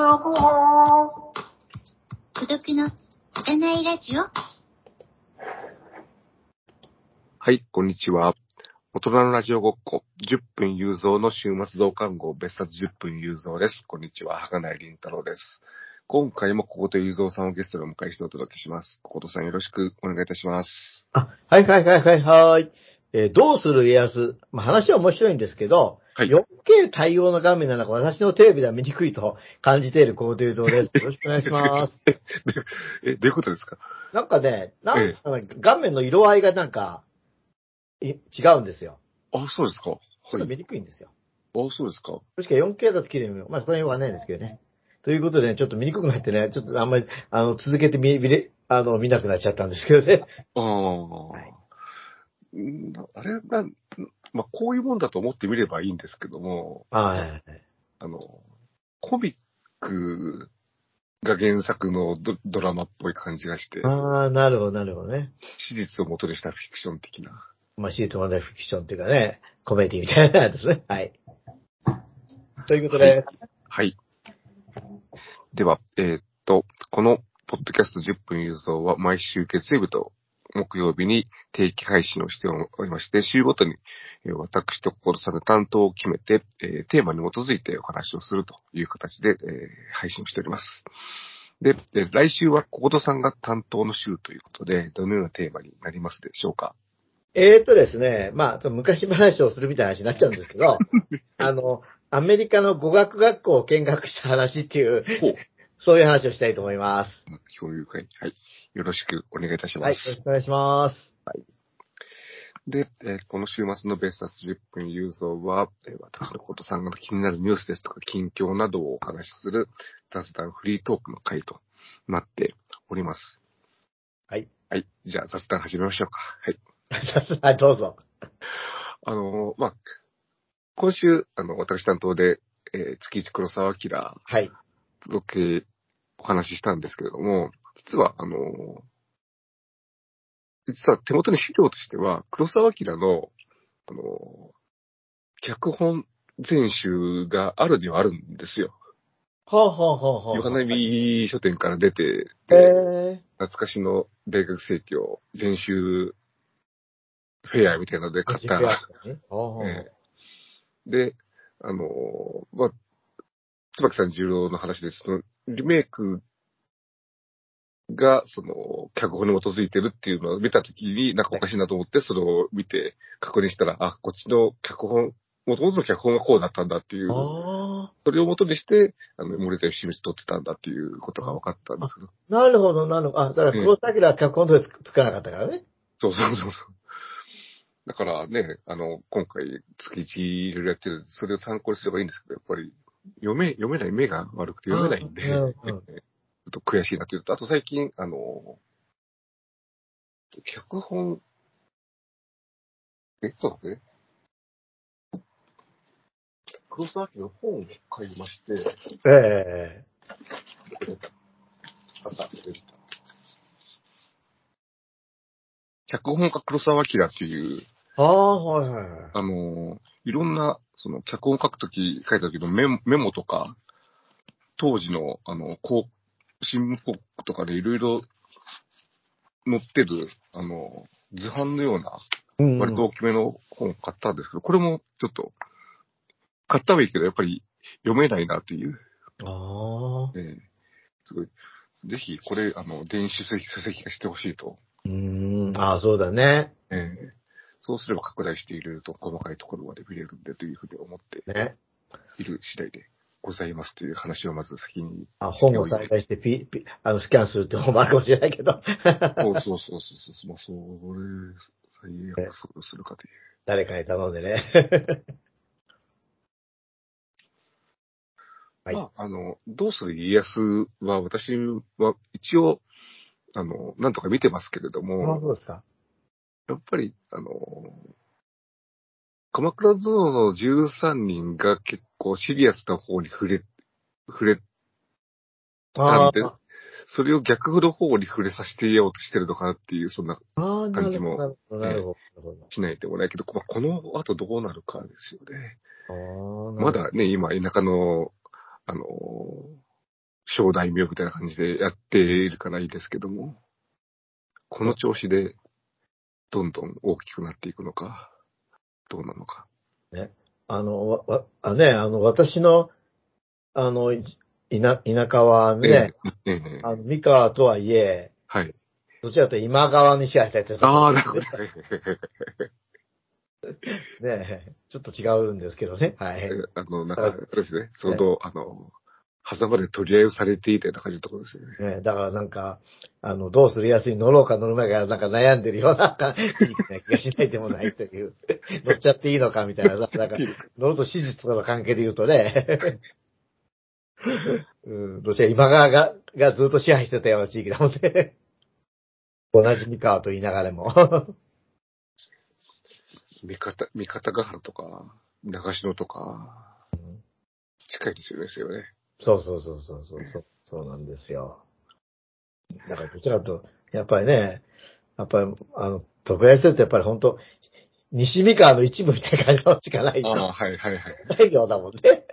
は孤独の占いラジオはい、こんにちは。大人のラジオごっこ、10分有造の週末増刊号、別冊10分有造です。こんにちは、はがないりんたろうです。今回もここと有造さんをゲストでお迎えしてお届けします。こことさんよろしくお願いいたします。あ、はいはいはいはいはい。えーどうする家康。まあ、話は面白いんですけど、はい 4K 対応の画面なのか私のテレビでは見にくいと感じているコード映像です。よろしくお願いし ます。え、どういうことですかなんかね、なんか画面の色合いがなんか、い違うんですよ。あ、そうですか。はちょっとい。見にくいんですよ。あ、そうですか。もしか 4K だと綺麗に見える。まあ、そこら辺はないんですけどね。ということで、ちょっと見にくくなってね、ちょっとあんまり、あの、続けて見、見れ、あの、見なくなっちゃったんですけどね。 あはいーんあれなん、まあ、こういうもんだと思ってみればいいんですけども、はい。あの、コミックが原作のドドラマっぽい感じがして、ああ、なるほど、なるほどね。史実を元にしたフィクション的な。まあ、シートマンダイフィクションというかね、コメディみたいなやつですね。はい。ということです。はい。では、えーっと、このポッドキャスト10分有造は毎週月曜日と木曜日に定期配信をしておりまして、週ごとにえー私と心さんが担当を決めて、えーテーマに基づいてお話をするという形で、えー配信をしております。で、えー来週は心さんが担当の週ということで、どのようなテーマになりますでしょうかえーっとですね、まあ、ちょっと昔話をするみたいな話になっちゃうんです けど、あの、アメリカの語学学校を見学した話っていう、ほう。そういう話をしたいと思います。共有会。はい。よろしくお願いいたしはまい、よす。ろしくお願いします。で、えーこの週末の別冊10分郵送は、えー私のことさんが気になるニュースですとか近況などをお話しする雑談フリートークの回となっております。はい。はい。じゃあ雑談始めましょうか。はい。 はい、どうぞ。あのーまあ、今週、あの、私担当で、えー月一黒沢明はい。届けお話ししたんですけれども、実は、あのー実は手元に資料としては、黒沢明の、あのー脚本全集があるにはあるんですよ。ほうほうほうほう。ヨハネミ書店から出てえて、ー懐かしの大学生協全集フェアみたいなので買っ実た況やったねほうほうほうええで、あのー、まあ、椿さん十郎の話です。その、リメイクが、その、脚本に基づいてるっていうのを見たときに、なんかおかしいなと思って、それを見て確認したら、あ、こっちの脚本、元々の脚本がこうだったんだっていう、あそれを元にして、あの、森田清水撮ってたんだっていうことが分かったんですけど。ーなるほど、なるほど。あ、だから、黒崎は脚本でつつかなかったからね。そうそうそうそう。だからね、あの、今回、月一いろいろやってる、それを参考にすればいいんですけど、やっぱり、読め、読めない、目が悪くて読めないんで、ちうんょうんっと悔しいなっていうのと、あと最近、あの、脚本、え、そうですね。黒沢明の本を買いまして、え朝脚本家黒沢明っていう、えああー、はいはいはい。あのーいろんな、その、脚本書くとき、書いた時のメモメモとか、当時の、あの、こう、新聞広告とかでいろいろ載ってる、あの、図版のような、うん割と大きめの本を買ったんですけど、これもちょっと、買ったはいいけど、やっぱり読めないなという、ああ。ええすごい。ぜひ、これ、あの、電子書籍書籍化してほしいと。うーん。ああ、そうだね。ええそうすれば拡大していろいろと細かいところまで見れるんでというふうに思ってね。いる次第でございますという話をまず先に。あ、本を再開してピ、ピ、あの、スキャンするって本もあるかもしれないけど、そう そうそうそうそう。まあ、それ、最悪そうするかという。誰かに頼んでね。はいまあ、あの、どうする家康は私は一応、あの、なんとか見てますけれどああ、も、そうですか。やっぱり、あの、鎌倉殿の13人が結構シリアスな方に触れ、触れたんであ、それを逆の方をリフレさせてやろうとしてるのかなっていう、そんなああ、な感るじもほど、なるほど、なるほど。しないでもないけど、まあ、この後どうなるかですよね。ああ、まだね、今、田舎の、あのー、小大名みたいな感じでやっているからいいですけども、この調子で、どんどん大きくなっていくのか、どうなのか。あの、わ、わ、あね、あの、私の、あの、い田、田舎はね、ええ、ええ、あの、三河とはいえ、はい。どちらかというと今川に支配されてた。ああ、なるほど。ね、ちょっと違うんですけどね。はい。 あの、なんか、あれですね、その、あの、狭間で取り合いをされていたような感じのところですよね。ね、だからなんか、あの、どうするやすい乗ろうか乗る前か、なんか悩んでるような、気がしないでもないという、乗っちゃっていいのかみたいな、なんか、乗ると史実とかの関係で言うとね、うん、どうせ今川が、がずっと支配してたような地域だもんね。同じ三河と言いながらも。味方、味方ヶ原とか、長篠とか、近いですよね、ですよね。そうそうそうそうそうそう、そうなんですよ。だからどちらかと、やっぱりね、やっぱり、あの、徳谷線ってやっぱり本当西三河の一部みたいな感じのしかない、ああ、はいはいはい。ないようだもんね。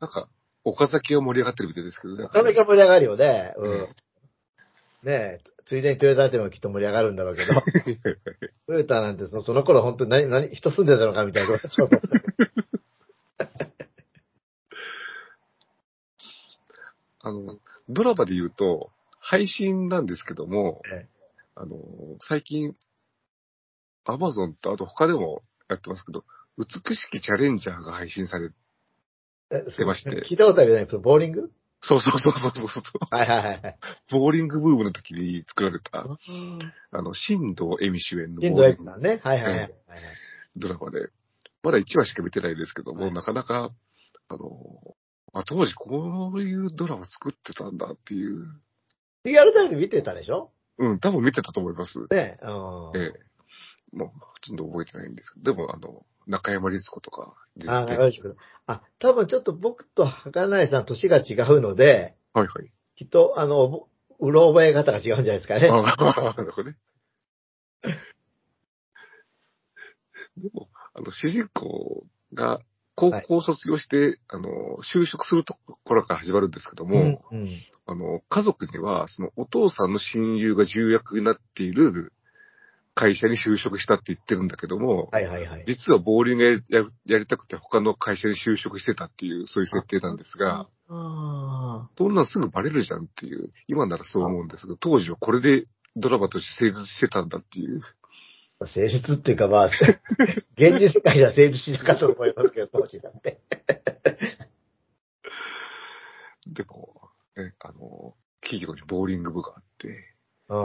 なんか、岡崎は盛り上がってるみたいですけどね。なかなか盛り上がるよね。うん。ねえ、ついでにトヨタでもきっと盛り上がるんだろうけ ど、トヨタなんてそのその頃本当に何、何、人住んでたのかみたいな。ちょっとあの、ドラマで言うと、配信なんですけども、ええあの、最近、アマゾンとあと他でもやってますけど、美しきチャレンジャーが配信され、え出まして聞いたことあるよね。ボーリングそうそうそうそうそうそう、はいはいはいはい。ボーリングブームの時に作られた、うんあの、新藤恵美主演の金ボ土ーリンエグさんね。はいはいはいえ。ドラマで、まだ1話しか見てないですけども、はいなかなか、あの、あ、当時こういうドラマ作ってたんだっていう、リアルタイムで見てたでしょうん、多分見てたと思います。ねえ。うんええ。もう、ほとんど覚えてないんですけど、でも、あの、中山律子とか出てて、あ、はい中はい。西君。あ、多分ちょっと僕と儚いさん年が違うので、きっと、あの、おぼうろ覚え方が違うんじゃないですか ね。ああ、なるほどね。でも、あの、主人公が高校を卒業して、あの、就職するところから始まるんですけども、うん、うん。あの、家族には、その、お父さんの親友が重役になっている会社に就職したって言ってるんだけども、はいはいはい。実はボーリングやりややりたくて他の会社に就職してたっていう、そういう設定なんですが、あそんなんすぐバレるじゃんっていう、今ならそう思うんですけど、当時はこれでドラマとして成立してたんだっていう。あ。成立っていうかまあ、 現実世界では成立しなかったと思いますけど、当時だって。でも、ね、あの、企業にボーリング部があって、うん。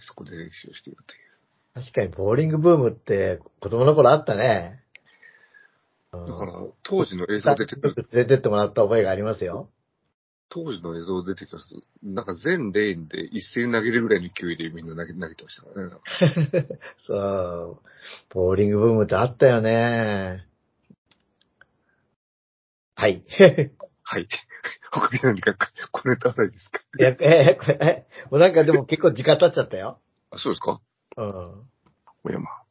そこで練習しているという。確かにボーリングブームって子供の頃あったね。だだから、当時の映像出てくる、連れてってもらった覚えがありますよ。当時の映像出てきますと、なんか全レーンで一斉に投げるぐらいの勢いでみんな投げ投げてましたからね。なんかそう。ボーリングブームってあったよね。はい。 はい。 他に何か小ネタはないですかいや、え、これ、え、もうなんかでも結構時間経っちゃったよ。あそうですかうん。いや、まあ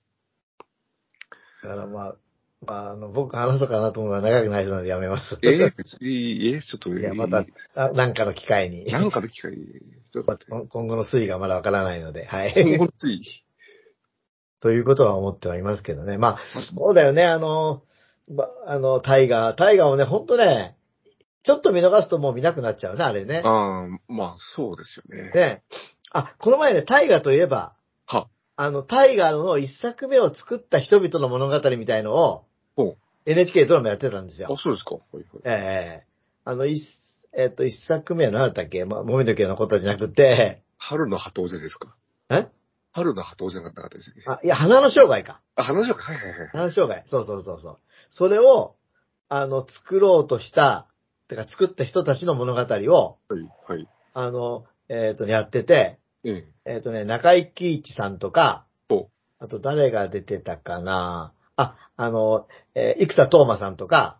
だからまあ、まあ、あの、僕話そうかなと思うのは長くないのでやめます。ええ別に、ええちょっと、いやまた あなんかの機会に。なんかの機会、ちょっと待って。今後の推移がまだわからないので、は今い。後つい、ということは思ってはいますけどね。まあ、そうだよね、あの、ばあの、タイガー、タイガーをね、ほんとね、ちょっと見逃すともう見なくなっちゃうね、あれね。ああ、まあ、そうですよね。ね。あ、この前ね、タイガーといえば、は、あの、タイガーの一作目を作った人々の物語みたいのをほう、 NHK ドラマやってたんですあよ。、そうですか。はいはいええあの、一、えっ、と、一作目は何だったっけまあ、もみの毛のことじゃなくて、春の鳩尾瀬ですか。え春の鳩尾瀬がなかったですね。あ、いや、花の生涯か。あ、話をか、はいはいはい。花の生涯。そうそうそうそう。それを、あの、作ろうとした、てか作った人たちの物語を、はい、はい。あの、えっ、と、やってて、ええ。えっ、とね、中井貴一さんとか、ほあと誰が出てたかなあ、あの、えー、生田斗真さんとか、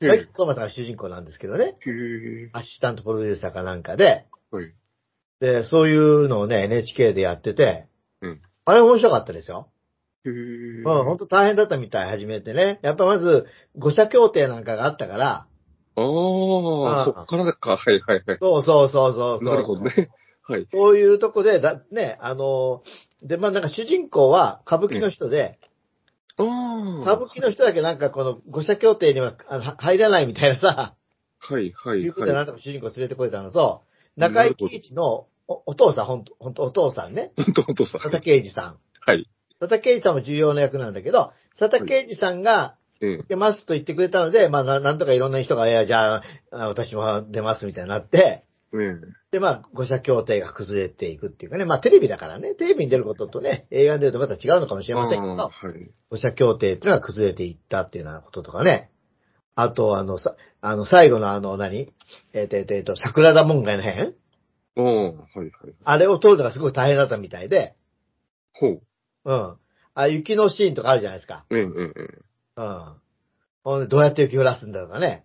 ええ。生田斗真さんが主人公なんですけどね、へえアシスタントプロデューサーかなんかで、はい。で、そういうのをね、NHK でやってて、うんあれ面白かったですよ。へうん、ー本当大変だったみたい、初めてね。やっぱまず、五社協定なんかがあったから、ああ、あーそっからか。はいはいはい。そうそうそうそうそう。なるほどね。はい。そういうとこで、だ、ね、あの、で、まあ、なんか主人公は歌舞伎の人で、あ歌舞伎の人だけなんかこの五社協定にはあのは入らないみたいなさ、あ。はいはいいうことであは。ないたも主人公連れてこれたのと、中井貴一のおお父さん、ほんと、ほんとお父さんね、本当本当さん。佐田啓二さん。はい。佐田啓二さんも重要な役なんだけど、佐田啓二さんがうん。出ますと言ってくれたので、まあ、ななんとかいろんな人が、いや、じゃあ、あ私も出ますみたいになって、ねで、まあ、五社協定が崩れていくっていうかね、まあ、テレビだからね、テレビに出ることとね、映画に出るとまた違うのかもしえ。れませんけあど、ーはい。五社協定っていうのが崩れていったっていうようなこととかね、あと、あの、さ、あの、最後のあの何、えっ、と、えっ、と、えっと、桜田門外の辺ああ、はいはい。あれを撮るのがすごい大変だったみたいで、ほう。うん。あ、雪のシーンとかあるじゃないですか。ええええええ。うん。ほんでどうやって雪降らすんだとかね。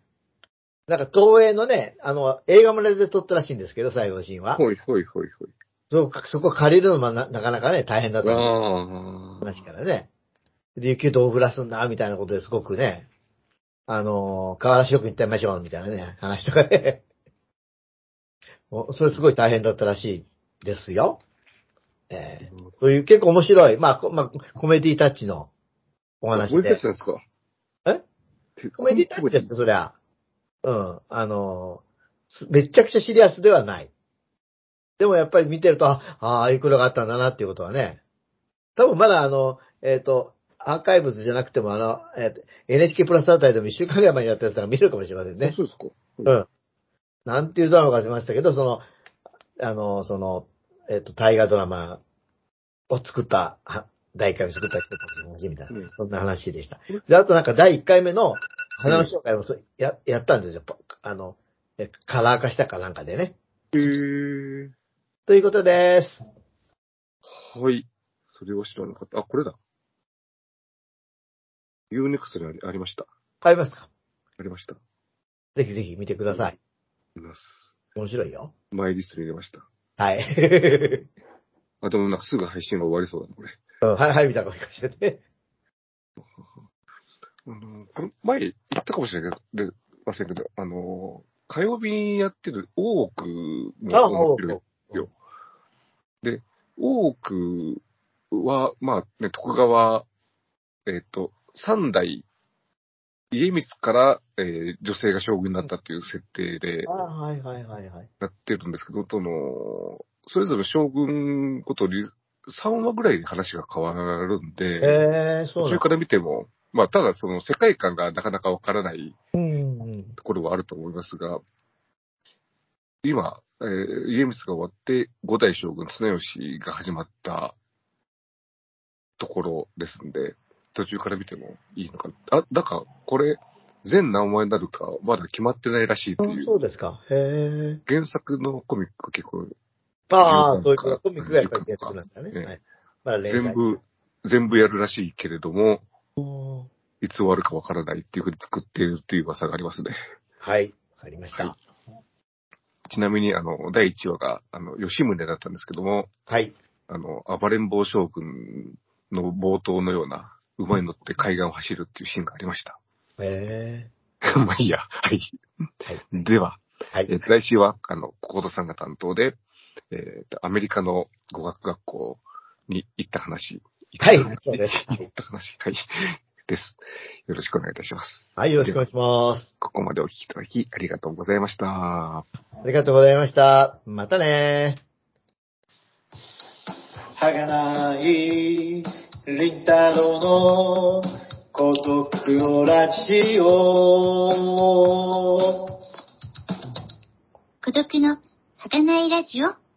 なんか東映のね、あの、映画村で撮ったらしいんですけど、最後のシーンは。ほいほいほいほい。そこ、そこ借りるのもななかなかね、大変だったみたいなああ。話からね。で、雪どう降らすんだ、みたいなことですごくね、あのー、河原白く行ってみましょう、みたいなね、話とかね。 おそれすごい大変だったらしいですよ。ええそういう結構面白い、まあ、こまあ、コメディタッチのお話思い出でし。たんですかえてコメディタッチですよ、そりゃ。うん。あのーすめっちゃくちゃシリアスではない。でもやっぱり見てると、あああ、ああいうことがあったんだなっていうことはね。多分まだあの、えっ、と、アーカイブズじゃなくてもあの、えー NHK プラスあたりでも一週間ぐらい前にやったやつが見れるかもしれませんあね。そうですか。うん。なんていうドラマが出ましたけど、その、あの、その、えっ、と、大河ドラマを作った、は大会を作った人たちの話みたいな、うんそんな話でした。で、あとなんか第1回目の花の紹介もそうややったんですよ。ぽあの、えカラー化したかなんかでね。へえ。ということです。はい。それは知らなかった。あ、これだ。Unext にありありました。買いますかありました。あぜひぜひ見てください。ります。面白いよ。マイリストに入れました。はい。 うあ、でもなんかすぐ配信が終わりそうだな、これ。んはいはい、見た方がいいかもしれないね。あの、この前言ったかもしれないけど、ませんけど、あの、火曜日にやってる大奥あ、のお面う白い大奥は、まあね、徳川、えっ、と、三代、家光から、えー女性が将軍になったっていう設定であ、はいはいはいはい。やってるんですけど、その、それぞれ将軍ごとに3話ぐらいで話が変わるんで、えー、そう途な中んから見ても、まあ、ただその世界観がなかなかわからないうんうん。ところはあると思いますが、今、えー家光が終わって、五代将軍綱吉が始まったところですんで、途中から見てもいいのかな。あ、だから、これ、全何話になるか、まだ決まってないらしいってあいう。そうですか。へえ。原作のコミック結構、ああ、流そうい行うかこと。コミックがやっぱり原作なんだね。流行かはい。まだ連載全部、全部やるらしいけれども、おーいつ終わるかわからないっていうふうに作っているっていう噂がありますね。はい。わかりました。ちなみに、あの、第1話が、あの、吉宗だったんですけども、はい。あの、暴れん坊将軍の冒頭のような、馬に乗って海岸を走るっていうシーンがありました。 へまあいいや。はい。はいでは、え。はえい。ー来週は、あの、ココトさんが担当で、えーと、アメリカの語学学校に行った話。はい。そうです。 は行いった話。はい。です。よろしくお願いいたします。はい。よろしくお願いします。ここまでお聞きいただきありがとうございました。ありがとうございました。またねはがない、りんたろうの孤独のラジオ。孤独の儚いラジオ